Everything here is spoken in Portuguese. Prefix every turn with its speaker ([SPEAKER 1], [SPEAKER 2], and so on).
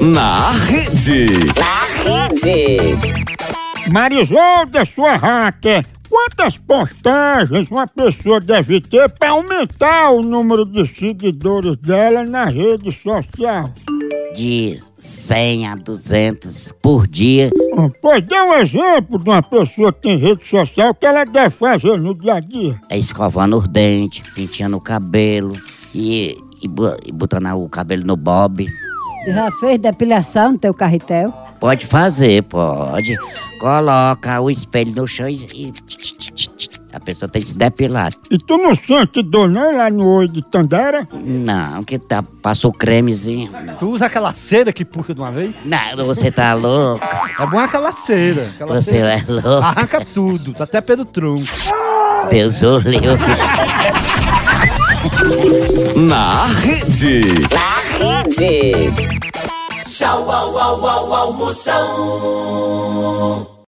[SPEAKER 1] Na rede.
[SPEAKER 2] Marisolda, sua hacker, quantas postagens uma pessoa deve ter para aumentar o número de seguidores dela na rede social?
[SPEAKER 3] de 100 a 200 por dia.
[SPEAKER 2] Ah, Pois dê um exemplo de uma pessoa que tem rede social que ela deve fazer no dia a dia.
[SPEAKER 3] É escovando os dentes, penteando o cabelo e, e, bo- e botando o cabelo no bob.
[SPEAKER 4] Já fez depilação no teu carretel?
[SPEAKER 3] Pode fazer, pode. Coloca o espelho no chão e. e a pessoa tem que se depilar.
[SPEAKER 2] E tu não sente dor não lá no olho de Tandera?
[SPEAKER 3] Não, que tá. Passa o cremezinho.
[SPEAKER 5] Tu usa aquela cera que puxa de uma vez?
[SPEAKER 3] Não, você tá louco.
[SPEAKER 5] É bom aquela cera. Aquela
[SPEAKER 3] Você é
[SPEAKER 5] cera.
[SPEAKER 3] louco.
[SPEAKER 5] Arranca tudo, tá até pelo tronco.
[SPEAKER 3] Deus o livre.
[SPEAKER 1] Na rede.
[SPEAKER 6] Tchau, au, au, au, almoção.